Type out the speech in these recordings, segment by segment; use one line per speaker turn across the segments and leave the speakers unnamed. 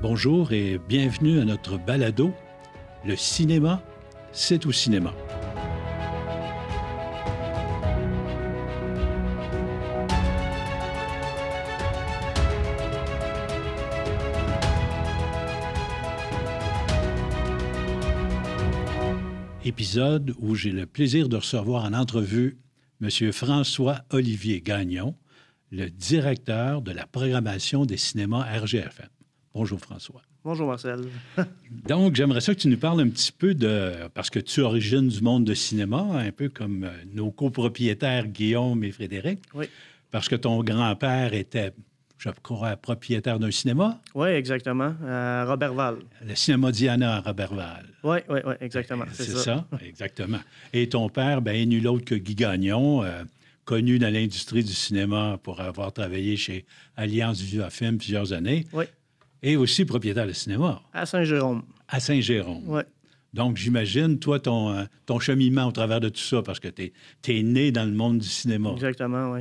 Bonjour et bienvenue à notre balado Le cinéma, c'est au cinéma. Épisode où j'ai le plaisir de recevoir en entrevue M. François-Olivier Gagnon, le directeur de la programmation des cinémas RGFM. Bonjour François.
Bonjour Marcel.
Donc, j'aimerais ça que tu nous parles un petit peu de. Parce que tu origines du monde de cinéma, un peu comme euh, nos copropriétaires Guillaume et Frédéric.
Oui.
Parce que ton grand-père était, je crois, propriétaire d'un cinéma,
Oui, exactement. Euh, Robert Val.
le cinéma Diana à Robertval.
Oui, oui, oui, exactement.
C'est ça. exactement. Et ton père, ben, est nul autre que Guy Gagnon, euh, connu dans l'industrie du cinéma pour avoir travaillé chez Alliance Viva Film plusieurs années,
Oui,
et aussi propriétaire de cinéma
à Saint-Jérôme.
à Saint-Jérôme.
Oui,
Donc, j'imagine, toi, ton, euh, ton cheminement au travers de tout ça, parce que tu es, né dans le monde du cinéma.
exactement, oui.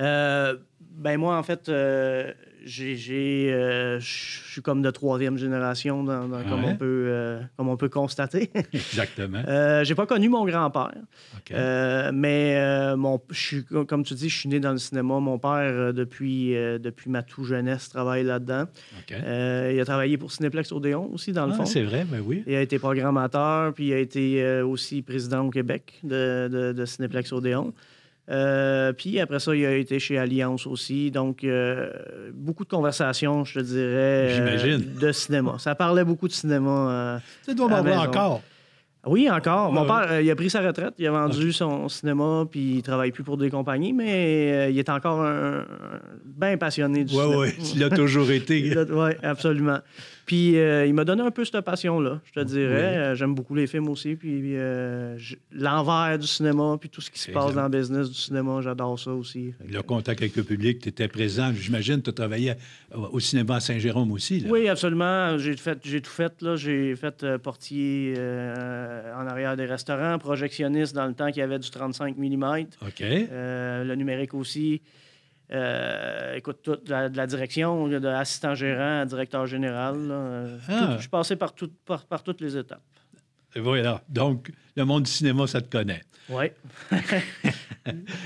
Euh, ben moi, en fait, euh, j'ai- j'ai, euh, je suis comme de troisième génération, dans- dans- comme,
Ouais.
on peut, euh, comme on peut constater.
Exactement.
Euh, j'ai pas connu mon grand-père.
OK.
Euh, mais euh, mon, je suis, comme tu dis, je suis né dans le cinéma. Mon père, euh, depuis, euh, depuis ma toute jeunesse, travaille là-dedans.
OK.
Euh, il a travaillé pour Cinéplex Odéon aussi, dans le
Ah,
fond.
c'est vrai, ben oui.
Il a été programmateur, puis il a été euh, aussi président au Québec de, de- de Cinéplex Odéon. Euh, puis après ça, il a été chez Alliance aussi. Donc, euh, beaucoup de conversations, je te dirais, euh,
J'imagine.
de cinéma. Ça parlait beaucoup de cinéma. euh.
Tu dois
à la
m'avoir
maison.
encore.
Oui, encore. Mon
Ouais,
père, euh, il a pris sa retraite, il a vendu son cinéma, puis il travaille plus pour des compagnies, mais euh, il est encore un, bien passionné du
Oui,
cinéma.
oui, tu l'as toujours été.
Oui, absolument. Puis euh, il m'a donné un peu cette passion-là, je te dirais. Euh, J'aime beaucoup les films aussi, puis euh, je- l'envers du cinéma, puis tout ce qui se
C'est
passe
ça.
dans le business du cinéma, j'adore ça aussi. Fait que-
Le contact avec le public, tu étais présent. J'imagine, tu as travaillé au au cinéma à Saint-Jérôme aussi. là.
Oui, absolument. J'ai fait, j'ai tout fait. Là, j'ai fait euh, portier euh, en arrière des restaurants, projectionniste dans le temps qu'il y avait du 35 mm,
OK.
euh, le numérique aussi. Euh, écoute, tout, de la, de la direction, de assistant gérant à directeur général. là, euh,
Ah.
tout- je suis passé par, tout- par- par toutes les étapes.
Voilà. Donc, le monde du cinéma, ça te connaît.
Oui.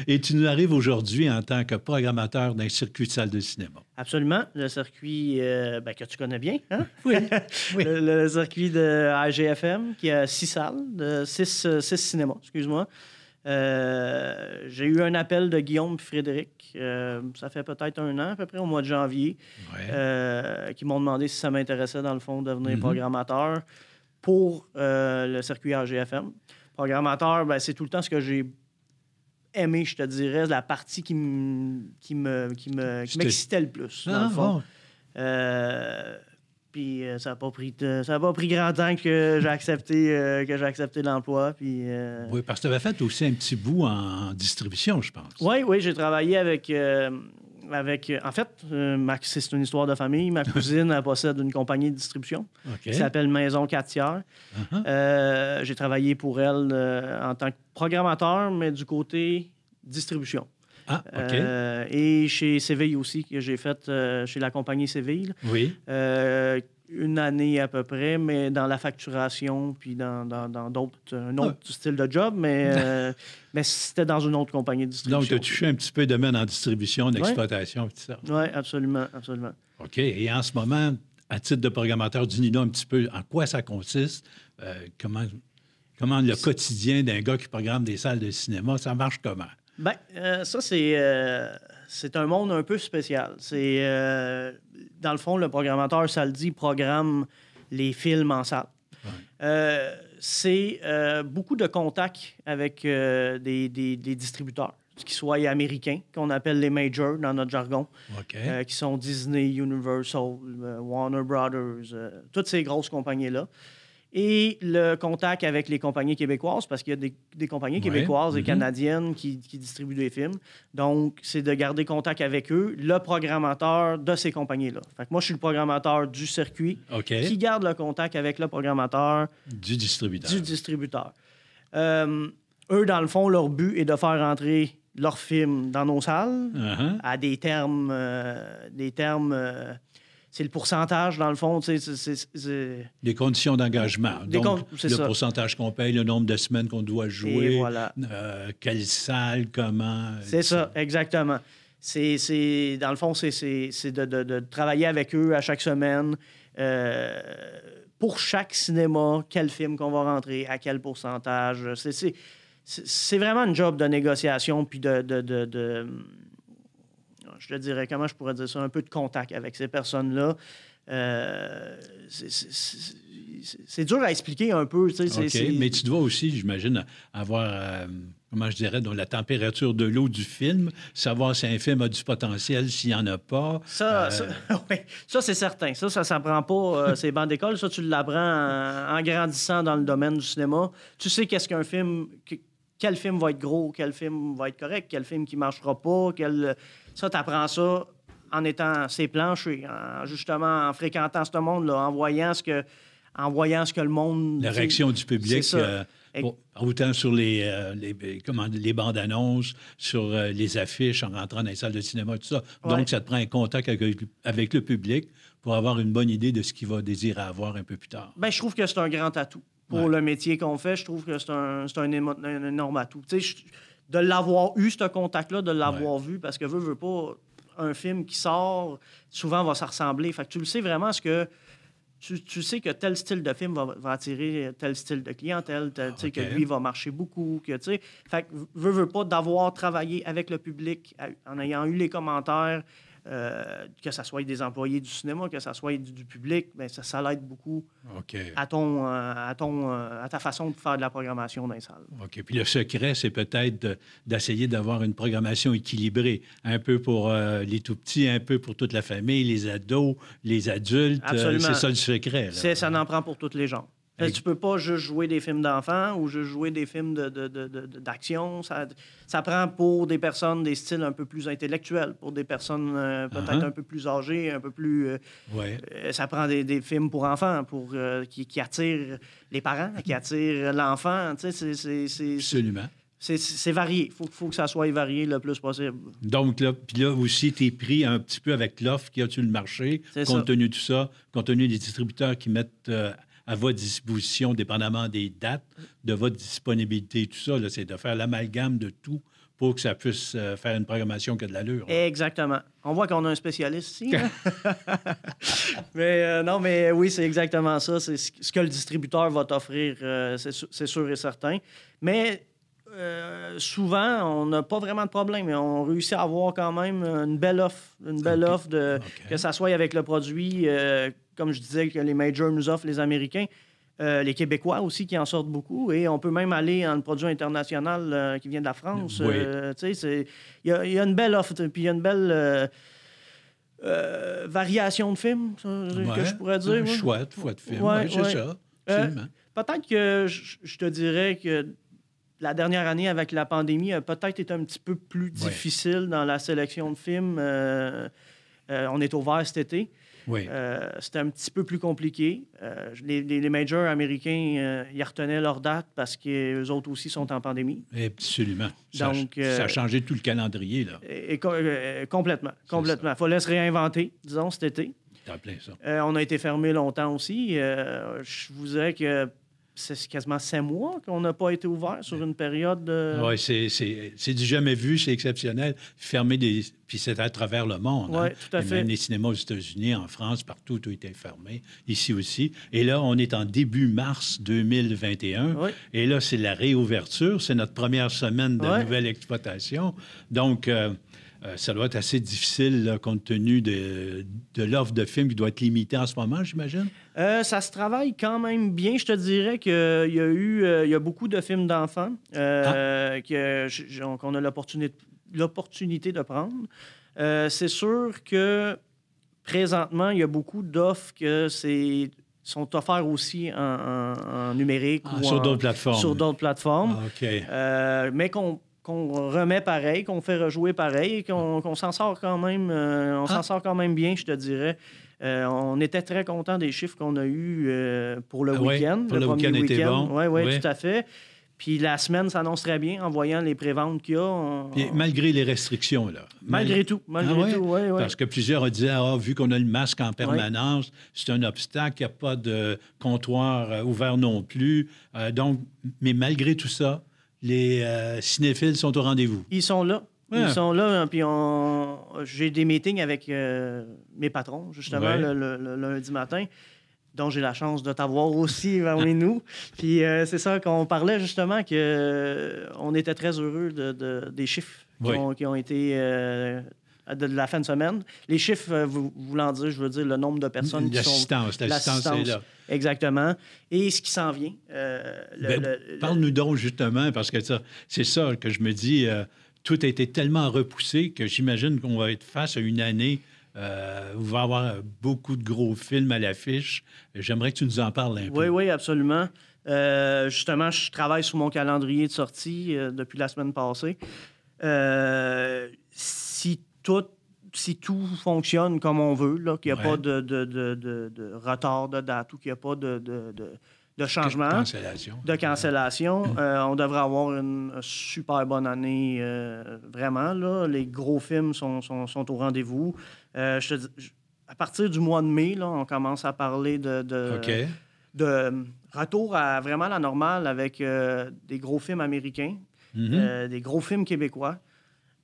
Et tu nous arrives aujourd'hui en tant que programmateur d'un circuit de salle de cinéma.
Absolument. Le circuit euh, ben, que tu connais bien, hein?
Oui. oui.
le, le circuit de AGFM qui a six salles, de six, euh, six cinémas, excuse-moi. Euh, J'ai eu un appel de Guillaume et Frédéric, euh, ça fait peut-être un an à peu près, au mois de janvier,
Ouais.
euh, qui m'ont demandé si ça m'intéressait dans le fond de devenir
Mhm.
programmateur pour euh, le circuit AGFM. Programmateur, ben, c'est tout le temps ce que j'ai aimé, je te dirais, la partie qui m- qui me qui me- qui
C'était-
m'excitait le plus. dans
Ah,
le fond.
bon.
Euh, puis euh, ça n'a pas pris de- ça a pas pris grand temps que j'ai accepté euh, que j'ai accepté l'emploi. Puis euh,
Oui, parce que tu avais fait aussi un petit bout en distribution, je pense.
Oui, oui, j'ai travaillé avec. euh, avec euh, en fait, euh, ma- c'est une histoire de famille. Ma cousine elle possède une compagnie de distribution
OK.
qui s'appelle Maison 4 tiers.
Uh-huh.
Euh, j'ai travaillé pour elle euh, en tant que programmateur, mais du côté distribution.
Ah, OK.
Euh, et chez Séville aussi, que j'ai fait euh, chez la compagnie Séville.
oui.
Euh, une année à peu près, mais dans la facturation, puis dans, dans, dans d'autres, un autre
Ah.
style de job, mais, euh, mais c'était dans une autre compagnie de
Donc, tu
distribution.
as touché un petit peu de domaine en distribution, en exploitation, et tout ça.
Oui, absolument, absolument.
OK. Et en ce moment, à titre de programmateur, dis-nous un petit peu en quoi ça consiste, euh, comment, comment le quotidien d'un gars qui programme des salles de cinéma, ça marche comment?
Ben, euh, ça, c'est, euh, c'est un monde un peu spécial. C'est, euh, dans le fond, le programmateur, ça le dit, programme les films en salle.
Ouais.
Euh, c'est euh, beaucoup de contacts avec euh, des, des- des distributeurs, qu'ils soient américains, qu'on appelle les majors dans notre jargon.
OK.
euh, qui sont Disney, Universal, euh, Warner Brothers, euh, toutes ces grosses compagnies-là. Et le contact avec les compagnies québécoises, parce qu'il y a des, des compagnies
Ouais.
québécoises et
Mhm.
canadiennes qui, qui distribuent des films. Donc, c'est de garder contact avec eux, le programmateur de ces compagnies-là. Fait que moi, je suis le programmateur du circuit
OK.
qui garde le contact avec le programmateur
Du distributeur.
du distributeur. Euh, eux, dans le fond, leur but est de faire entrer leurs films dans nos salles
Uh-huh.
à des termes, euh, des termes euh, c'est le pourcentage, dans le fond. C'est, c'est,
Des conditions d'engagement.
Des
Donc,
con- c'est
le
ça.
pourcentage qu'on paye, le nombre de semaines qu'on doit jouer,
voilà.
euh, quelle salle, comment.
C'est ça, exactement. C'est, c'est- dans le fond, c'est, c'est- c'est de, de- de travailler avec eux à chaque semaine euh, pour chaque cinéma, quel film qu'on va rentrer, à quel pourcentage. C'est, c'est, c'est- c'est vraiment une job de négociation puis de, de- de- de- Je te dirais, comment je pourrais dire ça, un peu de contact avec ces personnes-là. Euh, c'est, c'est- c'est- c'est- c'est dur à expliquer un peu. tu sais, c'est-
OK,
c'est-
mais tu dois aussi, j'imagine, avoir, euh, comment je dirais, dans la température de l'eau du film, savoir si un film a du potentiel, s'il n'y en a pas.
Ça,
Euh,
ça, oui, ça, c'est certain. Ça, ça s'apprend pas euh, ces bancs d'école. Ça, tu l'apprends en, en grandissant dans le domaine du cinéma. Tu sais qu'est-ce qu'un film, que- quel film va être gros, quel film va être correct, quel film qui marchera pas, quel. Ça, t'apprends ça en étant ces planchers, en- justement en fréquentant ce monde-là, en voyant ce que, en voyant ce que le monde.
La
dit.
réaction du public,
ça.
euh,
Et-
pour- autant sur les, euh, les- comment, les bandes annonces, sur euh, les affiches, en rentrant dans les salles de cinéma, tout ça.
Ouais.
Donc, ça te prend un contact avec, avec le public pour avoir une bonne idée de ce qu'il va désirer avoir un peu plus tard.
Ben, je trouve que c'est un grand atout. Pour
Ouais.
le métier qu'on fait, je trouve que c'est un, c'est un, émo- un énorme atout. Tu sais, je- de l'avoir eu, ce contact-là, de l'avoir vu, parce que veut, veut pas, un film qui sort, souvent va se ressembler. Fait que tu le sais vraiment ce que. Tu, tu sais que tel style de film va, va attirer tel style de clientèle, tel- tu sais,
Ah, OK.
que lui va marcher beaucoup, que tu sais. Fait que veut, veut pas d'avoir travaillé avec le public, à- en ayant eu les commentaires, euh, que ça soit des employés du cinéma, que ça soit du, du public, ben ça, ça l'aide beaucoup
OK.
à, ton, euh, à, ton, euh, à ta façon de faire de la programmation dans les salles.
OK. Puis le secret, c'est peut-être de- d'essayer d'avoir une programmation équilibrée, un peu pour euh, les tout petits, un peu pour toute la famille, les ados, les adultes. Euh,
Absolument.
c'est ça le secret. là.
C'est- Ça n'en prend pour toutes les gens.
Et-
Tu peux pas juste jouer des films d'enfants ou juste jouer des films de- de- de- de- de- d'action. ça, ça prend pour des personnes des styles un peu plus intellectuels, pour des personnes euh, peut-être
Uh-huh.
un peu plus âgées, un peu plus... euh,
Ouais.
euh, ça prend des, des films pour enfants pour, euh, qui, qui attirent les parents, qui
Mm-hmm.
attirent l'enfant. Tu sais, c'est- c'est- c'est- c'est-
Absolument.
C'est c'est varié. Il faut, faut que ça soit varié le plus possible.
Donc là, puis là aussi, tu es pris un petit peu avec l'offre qu'il y a sur le marché,
C'est
compte
ça.
tenu de tout ça, compte tenu des distributeurs qui mettent euh, à votre disposition, dépendamment des dates, de votre disponibilité, et tout ça, là, c'est de faire l'amalgame de tout pour que ça puisse euh, faire une programmation qui a de l'allure. là.
Exactement. On voit qu'on a un spécialiste ici. hein? mais euh, non, mais oui, c'est exactement ça. C'est ce ce que le distributeur va t'offrir, euh, c'est su- c'est sûr et certain. Mais euh, souvent, on n'a pas vraiment de problème. On réussit à avoir quand même une belle offre. Une belle
Ok.
offre, de,
Ok.
que ça soit avec le produit, euh, comme je disais, que les majors nous offrent, les Américains. euh, les Québécois aussi qui en sortent beaucoup. Et on peut même aller en produit international euh, qui vient de la France.
Oui.
Euh, tu sais, c'est- il y, a- il y a une belle offre, puis il y a une belle euh, euh, variation de films, ça, que
Ouais. Euh,
je pourrais dire.
Un
moi.
Chouette, fois de film.
Ouais,
Ouais, c'est
ouais.
ça.
Euh,
Absolument.
Peut-être que je je te dirais que la dernière année avec la pandémie a peut-être été un petit peu plus
Ouais.
difficile dans la sélection de films. Euh, euh, on est ouvert cet été.
oui.
Euh, C'était un petit peu plus compliqué. Euh, les, les- les majors américains, euh, ils retenaient leur date parce qu'eux autres aussi sont en pandémie.
Absolument. Ça, a-
euh, donc,
ça a
euh,
changé tout le calendrier, là.
Et, et co- euh, complètement, complètement. Il fallait se réinventer, disons, cet été.
T'as plein ça.
Euh, on a été fermé longtemps aussi. Euh, je vous dirais que c'est quasiment sept mois qu'on n'a pas été ouvert sur une période euh, de.
Oui, c'est c'est- c'est du jamais vu, c'est exceptionnel. Fermé des. Puis c'est à travers le monde. hein.
Ouais, tout à
Et
fait.
Même les cinémas aux États-Unis, en France, partout, tout était fermé. Ici aussi. Et là, on est en début mars 2021.
Ouais.
Et là, c'est la réouverture. C'est notre première semaine de
Ouais.
nouvelle exploitation. Donc. euh, euh, ça doit être assez difficile là, compte tenu de, de l'offre de films qui doit être limitée en ce moment, j'imagine.
Euh, ça se travaille quand même bien. Je te dirais qu'il y a eu euh, il y a beaucoup de films d'enfants
Ah.
euh, que j- j- qu'on a l'opportunité l'opportunité de prendre. Euh, c'est sûr que présentement, il y a beaucoup d'offres que c'est sont offertes aussi en, en- en numérique
Ah,
ou
sur
en-
d'autres plateformes.
sur d'autres plateformes.
Ah, OK.
Euh, mais qu'on qu'on remet pareil, qu'on fait rejouer pareil et qu'on qu'on s'en sort quand même, euh, on
Ah.
s'en sort quand même bien, je te dirais. Euh, on était très contents des chiffres qu'on a eus euh, pour le
Ah ouais,
week-end.
pour le week-end était bon.
Oui,
Ouais.
tout à fait. Puis la semaine s'annonce très bien en voyant les préventes qu'il y a. on-
Puis, malgré les restrictions, là.
Malgré tout, malgré
Ah ouais?
tout, oui, oui.
Parce que plusieurs disaient, ah, vu qu'on a le masque en permanence, c'est un obstacle, il n'y a pas de comptoir euh, ouvert non plus. Euh, donc, mais malgré tout ça, les euh, cinéphiles sont au rendez-vous.
Ils sont là.
Ouais.
Ils sont là, hein, puis on... j'ai des meetings avec euh, mes patrons, justement,
Ouais.
le, le- le lundi matin, dont j'ai la chance de t'avoir aussi parmi nous. Puis euh, c'est ça qu'on parlait, justement, que euh, on était très heureux de, de- des chiffres qui,
Ouais.
ont, qui ont été euh, de la fin de semaine. Les chiffres, euh, vou- voulant dire, je veux dire, le nombre de personnes qui sont...
L'assistance, l'assistance est là.
Exactement. Et ce qui s'en vient. euh, le-
Ben,
le-
Parle-nous donc justement, parce que ça, c'est ça que je me dis, euh, tout a été tellement repoussé que j'imagine qu'on va être face à une année euh, où il va y avoir beaucoup de gros films à l'affiche. J'aimerais que tu nous en parles un peu.
Oui, oui, absolument. Euh, justement, je travaille sur mon calendrier de sortie euh, depuis la semaine passée. Euh, si tout si tout fonctionne comme on veut, là, qu'il n'y a
Ouais.
pas de, de- de- de- de retard de date ou qu'il n'y a pas de, de- de- de changement,
Cancellation.
de cancellation, euh, on devrait avoir une super bonne année, euh, vraiment. Là. Les gros films sont, sont- sont au rendez-vous. Euh, je te dis- je- à partir du mois de mai, là, on commence à parler de, de-
OK.
de euh, retour à vraiment la normale avec euh, des gros films américains,
Mhm.
euh, des gros films québécois.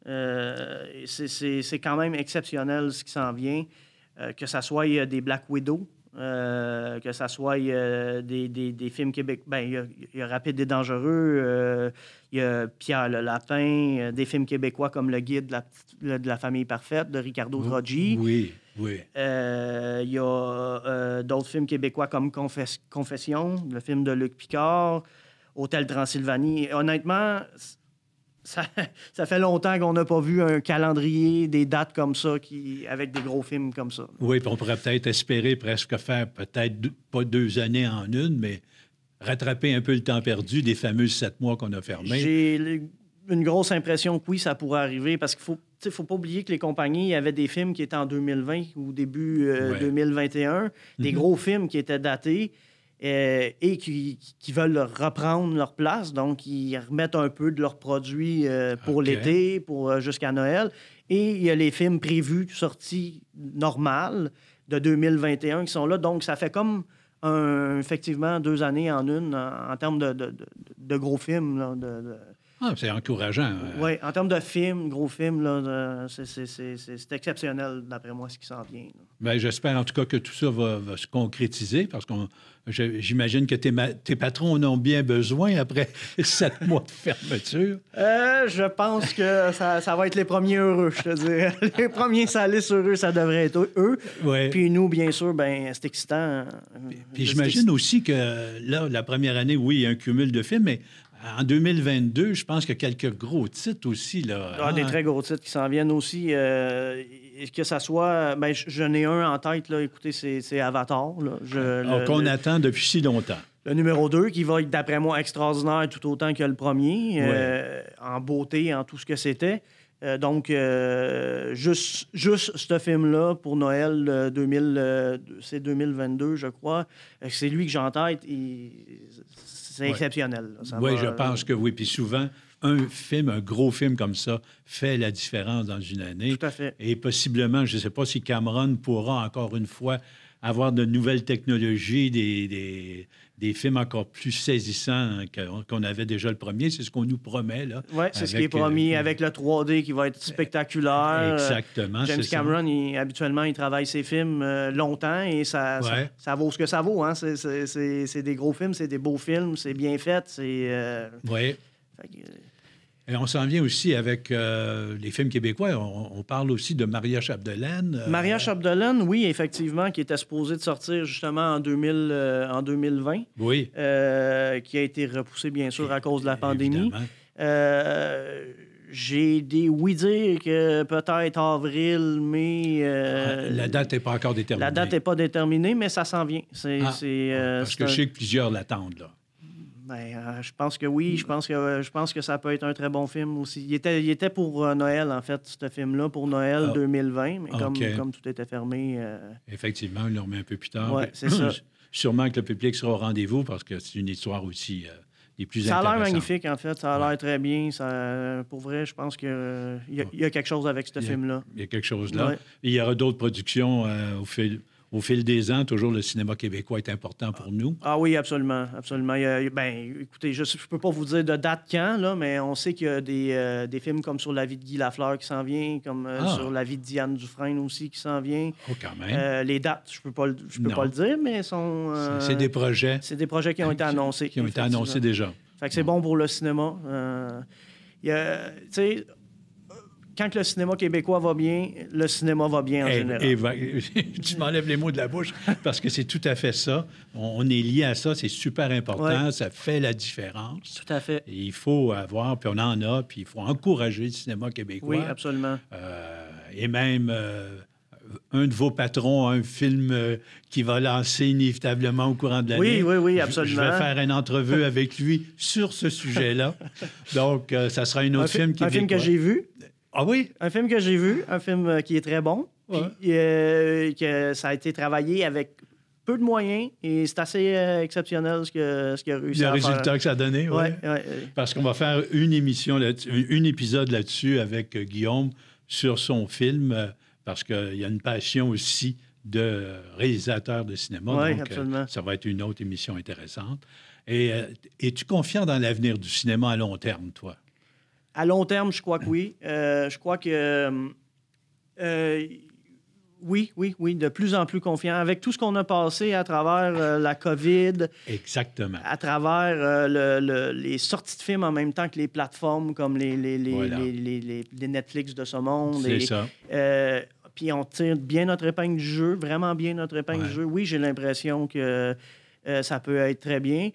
Euh, et c'est- c'est c'est quand même exceptionnel ce qui s'en vient, Euh, que ça soit euh, des Black Widow, euh, que ça soit euh, des, des- des films québécois. Ben, il y a- il y, a Rapide et Dangereux, euh, il y a Pierre le Lapin, euh, des films québécois comme Le Guide de la, petite- le- de la famille parfaite de Ricardo Troggi.
Oui, oui.
Euh, Il y a euh, d'autres films québécois comme Confes- Confession, le film de Luc Picard, Hôtel Transylvanie. Et honnêtement, c- ça, ça fait longtemps qu'on n'a pas vu un calendrier, des dates comme ça, qui, avec des gros films comme ça.
Oui, puis on pourrait peut-être espérer presque faire peut-être deux- pas deux années en une, mais rattraper un peu le temps perdu des fameux sept mois qu'on a fermés.
J'ai le- une grosse impression que oui, ça pourrait arriver parce qu'il faut, tu sais, faut pas oublier que les compagnies avaient des films qui étaient en 2020 ou début euh,
Ouais.
2021, des
Mhm.
gros films qui étaient datés euh, et qui, qui veulent leur reprendre leur place. Donc, ils remettent un peu de leurs produits euh, pour
OK.
l'été, pour euh, jusqu'à Noël. Et il y a les films prévus, sortis normales de 2021 qui sont là. Donc, ça fait comme un- effectivement deux années en une en, en termes de, de- de- de gros films. là, de- de-
Ah, c'est encourageant. euh,
Ouais, en termes de films, gros films, là, de- c'est- c'est- c'est c'est- c'est exceptionnel, d'après moi, ce qui s'en vient. là.
Ben, J'espère en tout cas que tout ça va, va se concrétiser parce que j'imagine que tes, ma- tes patrons en ont bien besoin après sept mois de fermeture.
Euh, je pense que ça, ça va être les premiers heureux, je te dis. Les premiers salistes heureux, ça devrait être eux.
Ouais.
Puis nous, bien sûr, ben c'est excitant.
Puis
C'est
j'imagine aussi que là, la première année, oui, il y a un cumul de films, mais en 2022, je pense qu'il y a quelques gros titres aussi. Là,
Ah, des
hein?
très gros titres qui s'en viennent aussi. euh, et que ça soit. Ben, j- j'en ai un en tête, là. Écoutez, c'est c'est Avatar. là. Je-
Ah,
le,
qu'on
le-
attend depuis si longtemps.
le numéro 2 qui va être, d'après moi, extraordinaire tout autant que le premier, euh, en beauté, en tout ce que c'était. Euh, donc, euh, juste, juste ce film-là pour Noël euh, 2000, euh, c'est 2022, je crois. Euh, C'est lui que j'ai en tête. et C'est
Ouais.
exceptionnel. là. Ça
Oui,
va- euh,
je pense que oui. Puis souvent, un film, un gros film comme ça, fait la différence dans une année.
euh, Tout à fait.
Et possiblement, je ne sais pas si Cameron pourra encore une fois avoir de nouvelles technologies, des, des, des films encore plus saisissants que- qu'on avait déjà le premier. C'est ce qu'on nous promet, là.
Oui, c'est ce qui est
Avec, euh,
promis avec le 3D qui va être spectaculaire.
Exactement.
Euh, James
Ah, c'est ça.
Cameron, il- habituellement, il travaille ses films euh, longtemps et ça, ça-
Ouais.
ça vaut ce que ça vaut. Hein. C'est- C'est c'est- c'est des gros films, c'est des beaux films, c'est bien fait. c'est, euh,
Oui.
fait que, euh,
Et on s'en vient aussi avec euh, les films québécois. On, on parle aussi de Maria Chapdelaine. euh,
Maria Chapdelaine, oui, effectivement, qui était supposée de sortir justement en, 2000, euh, en 2020,
Oui.
euh, qui a été repoussée, bien sûr, à cause de la pandémie.
Évidemment.
Euh, J'ai des oui-dire que peut-être avril, mai. euh,
la date n'est pas encore déterminée.
La date n'est pas déterminée, mais ça s'en vient. C'est,
Ah,
c'est, euh,
Parce
c'est
que
un-
je sais que plusieurs l'attendent, là.
Ben, euh, je pense que oui.
Mm.
Je pense que, euh, je pense que ça peut être un très bon film aussi. Il était, il était pour euh, Noël, en fait, ce film-là, pour Noël
Ah.
2020, mais comme,
Ok.
comme tout était fermé. euh,
Effectivement, il le remet un peu plus tard.
Ouais, c'est ça.
Sûrement que le public sera au rendez-vous parce que c'est une histoire aussi, euh, les plus
Ça a l'air
intéressantes.
magnifique, en fait. Ça a
Ouais.
l'air très bien. Ça, pour vrai, je pense qu'il y, a- il y a quelque chose avec ce
Il y a-
film-là.
Il y a quelque chose là.
Ouais.
Et Il y aura d'autres productions euh, au, fil, au fil des ans. Toujours le cinéma québécois est important pour nous.
Ah oui, absolument. absolument. Il y a- il y a- ben, écoutez, je ne peux pas vous dire de date quand, là, mais on sait qu'il y a des, euh, des films comme sur la vie de Guy Lafleur qui s'en vient, comme euh,
Ah.
sur la vie de Diane Dufresne aussi qui s'en vient.
Oh, quand même.
Euh, les dates, je ne peux, pas le- je peux
Non.
pas le dire, mais sont. euh,
C'est- C'est des projets
c'est des projets qui ont été annoncés.
qui ont été annoncés
effectivement.
déjà.
Fait que c'est bon pour le cinéma. Euh, il y a- tu sais, euh, quand que le cinéma québécois va bien, le cinéma va bien en
Eh,
général.
eh ben, tu m'enlèves les mots de la bouche parce que c'est tout à fait ça. On, on est lié à ça, c'est super important, ça fait la différence.
Tout à fait.
Et il faut avoir, puis on en a, puis il faut encourager le cinéma québécois.
Oui, absolument.
Euh, et même euh, un de vos patrons a un film euh, qui va lancer inévitablement au courant de l'année.
Oui, oui, oui,
Je- Je,
absolument.
vais faire une entrevue avec lui sur ce sujet-là. Donc, euh, ça sera un autre
un, fi-
film qui
un film que j'ai vu,
Ah oui?
un film que j'ai vu, un film euh, qui est très bon, puis, euh, que ça a été travaillé avec peu de moyens et c'est assez euh, exceptionnel ce que ce qu'il a réussi
Le
à
résultat que ça a donné,
faire.
oui.
Ouais, ouais, euh,
Parce qu'on va faire une émission, là une épisode là-dessus avec euh, Guillaume sur son film, euh, parce qu'il y a une passion aussi de réalisateur de cinéma.
Oui,
donc, euh,
absolument.
ça va être une autre émission intéressante. Et euh, es-tu confiant dans l'avenir du cinéma à long terme, toi?
À long terme, je crois que oui. Euh, je crois que. euh, euh, oui, oui, oui, de plus en plus confiant. Avec tout ce qu'on a passé à travers euh, la COVID,
Exactement.
à travers euh, le- le- les sorties de films en même temps que les plateformes comme les, les, les-
Voilà.
les- les- les- les Netflix de ce monde.
C'est
et,
ça.
euh, puis on tire bien notre épingle du jeu, vraiment bien notre épingle
Ouais.
du jeu. Oui, j'ai l'impression que euh, ça peut être très bien.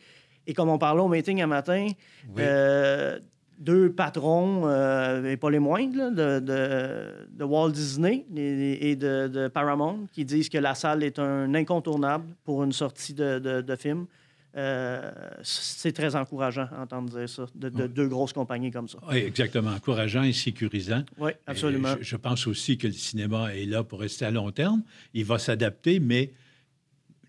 Et comme on parlait au meeting un matin,
Oui.
euh, deux patrons, euh, et pas les moindres, là, de, de- de Walt Disney et, et de, de Paramount, qui disent que la salle est un incontournable pour une sortie de, de- de film. Euh, c'est très encourageant à entendre dire ça, de, de deux grosses compagnies comme ça.
Oui, exactement. Encourageant et sécurisant.
Oui, absolument.
Et Je, je pense aussi que le cinéma est là pour rester à long terme. Il va s'adapter, mais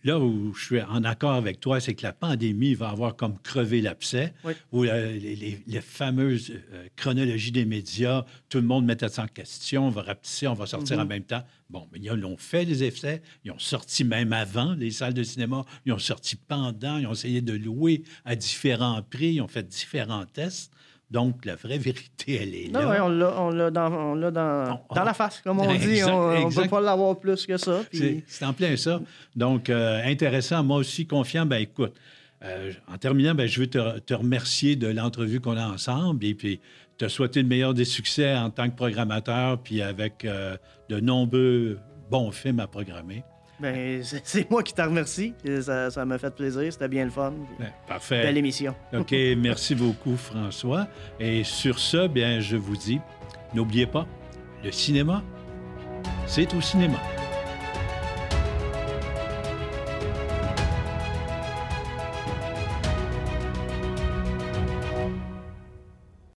là où je suis en accord avec toi, c'est que la pandémie va avoir comme crevé l'abcès,
Oui.
où la- les, les- les fameuses euh, chronologies des médias, tout le monde mettait ça en question, on va rapetisser, on va sortir
Mhm.
en même temps. Bon, mais ils ont fait les effets, ils ont sorti même avant les salles de cinéma, ils ont sorti pendant, ils ont essayé de louer à différents prix, ils ont fait différents tests. Donc, la vraie vérité, elle est
Non,
là.
ouais, on l'a, on l'a dans, on l'a dans,
On-
dans
on-
la face, comme on dit.
Exact,
on ne peut
exact.
pas l'avoir plus que ça. puis-
C'est- C'est en plein ça. Donc, euh, intéressant. Moi aussi, confiant. Ben, écoute, euh, en terminant, ben, je veux te, te remercier de l'entrevue qu'on a ensemble et puis te souhaiter le meilleur des succès en tant que programmateur puis avec euh, de nombreux bons films à programmer.
ben, c'est, c'est moi qui te remercie. Et Ça, ça m'a fait plaisir. C'était bien le fun. puis
Ben, parfait.
Belle émission.
OK, merci beaucoup, François. Et sur ce, ben, bien, je vous dis, n'oubliez pas, le cinéma, c'est au cinéma.